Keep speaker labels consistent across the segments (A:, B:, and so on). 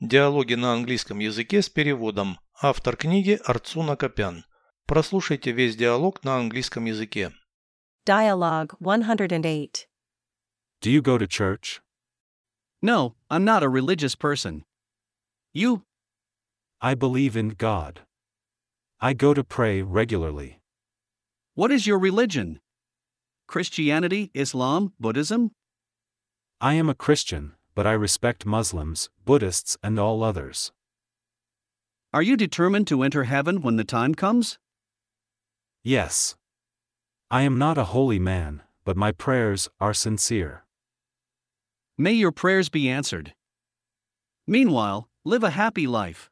A: Диалоги на английском языке с переводом. Автор книги Арцуна Копян. Прослушайте весь диалог на английском языке.
B: Dialogue 108.
C: Do you go to church?
D: No, I'm not a religious person. You,
C: I believe in God. I go to pray regularly.
D: what is your religion? Christianity, Islam, Buddhism?
C: I am a Christian, but I respect Muslims, Buddhists, and all others.
D: Are you determined to enter heaven when the time comes?
C: Yes. I am not a holy man, but my prayers are sincere.
D: May your prayers be answered. Meanwhile, live a happy life.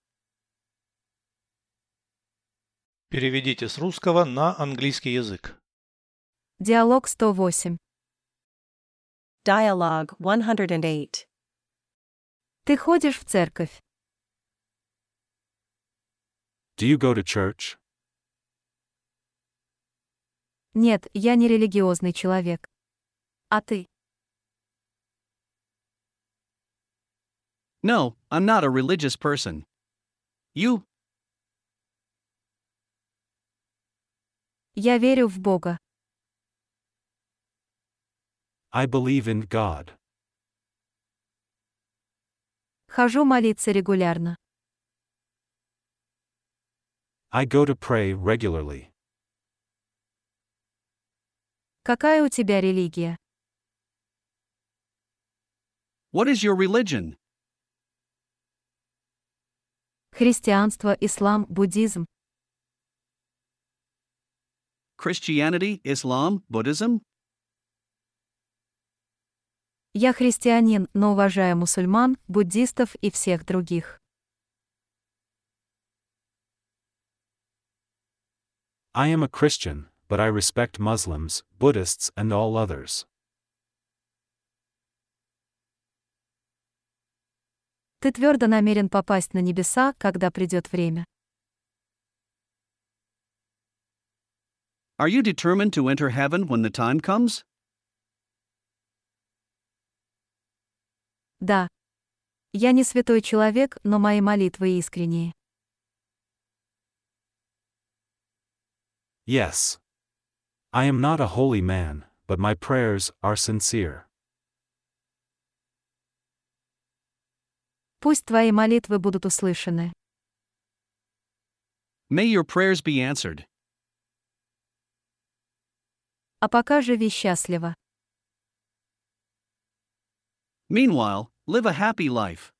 A: Переведите с русского на английский язык.
E: Диалог 108.
B: Dialogue 108.
E: Ты ходишь в церковь.
C: Do you go to church?
E: Нет, я не религиозный человек. А ты?
D: No, I'm not a religious person. You,
E: Я верю в Бога.
C: I believe in God.
E: Хожу молиться регулярно.
C: I go to pray regularly.
E: Какая у тебя религия?
D: what is your religion?
E: Христианство, ислам, буддизм.
D: Christianity, Islam, Buddhism?
E: Я христианин, но уважаю мусульман, буддистов и всех других.
C: I am a Christian, but I respect Muslims, Buddhists, and all others.
E: Ты твердо намерен попасть на небеса, когда придет время.
D: Are you determined to enter heaven when the time comes?
E: Да. Я не святой человек, но мои молитвы искренние.
C: Yes. I am not a holy man, but my prayers are sincere.
E: Пусть твои молитвы будут услышаны.
D: May your prayers be answered.
E: А пока живи счастливо.
D: Meanwhile, live a happy life.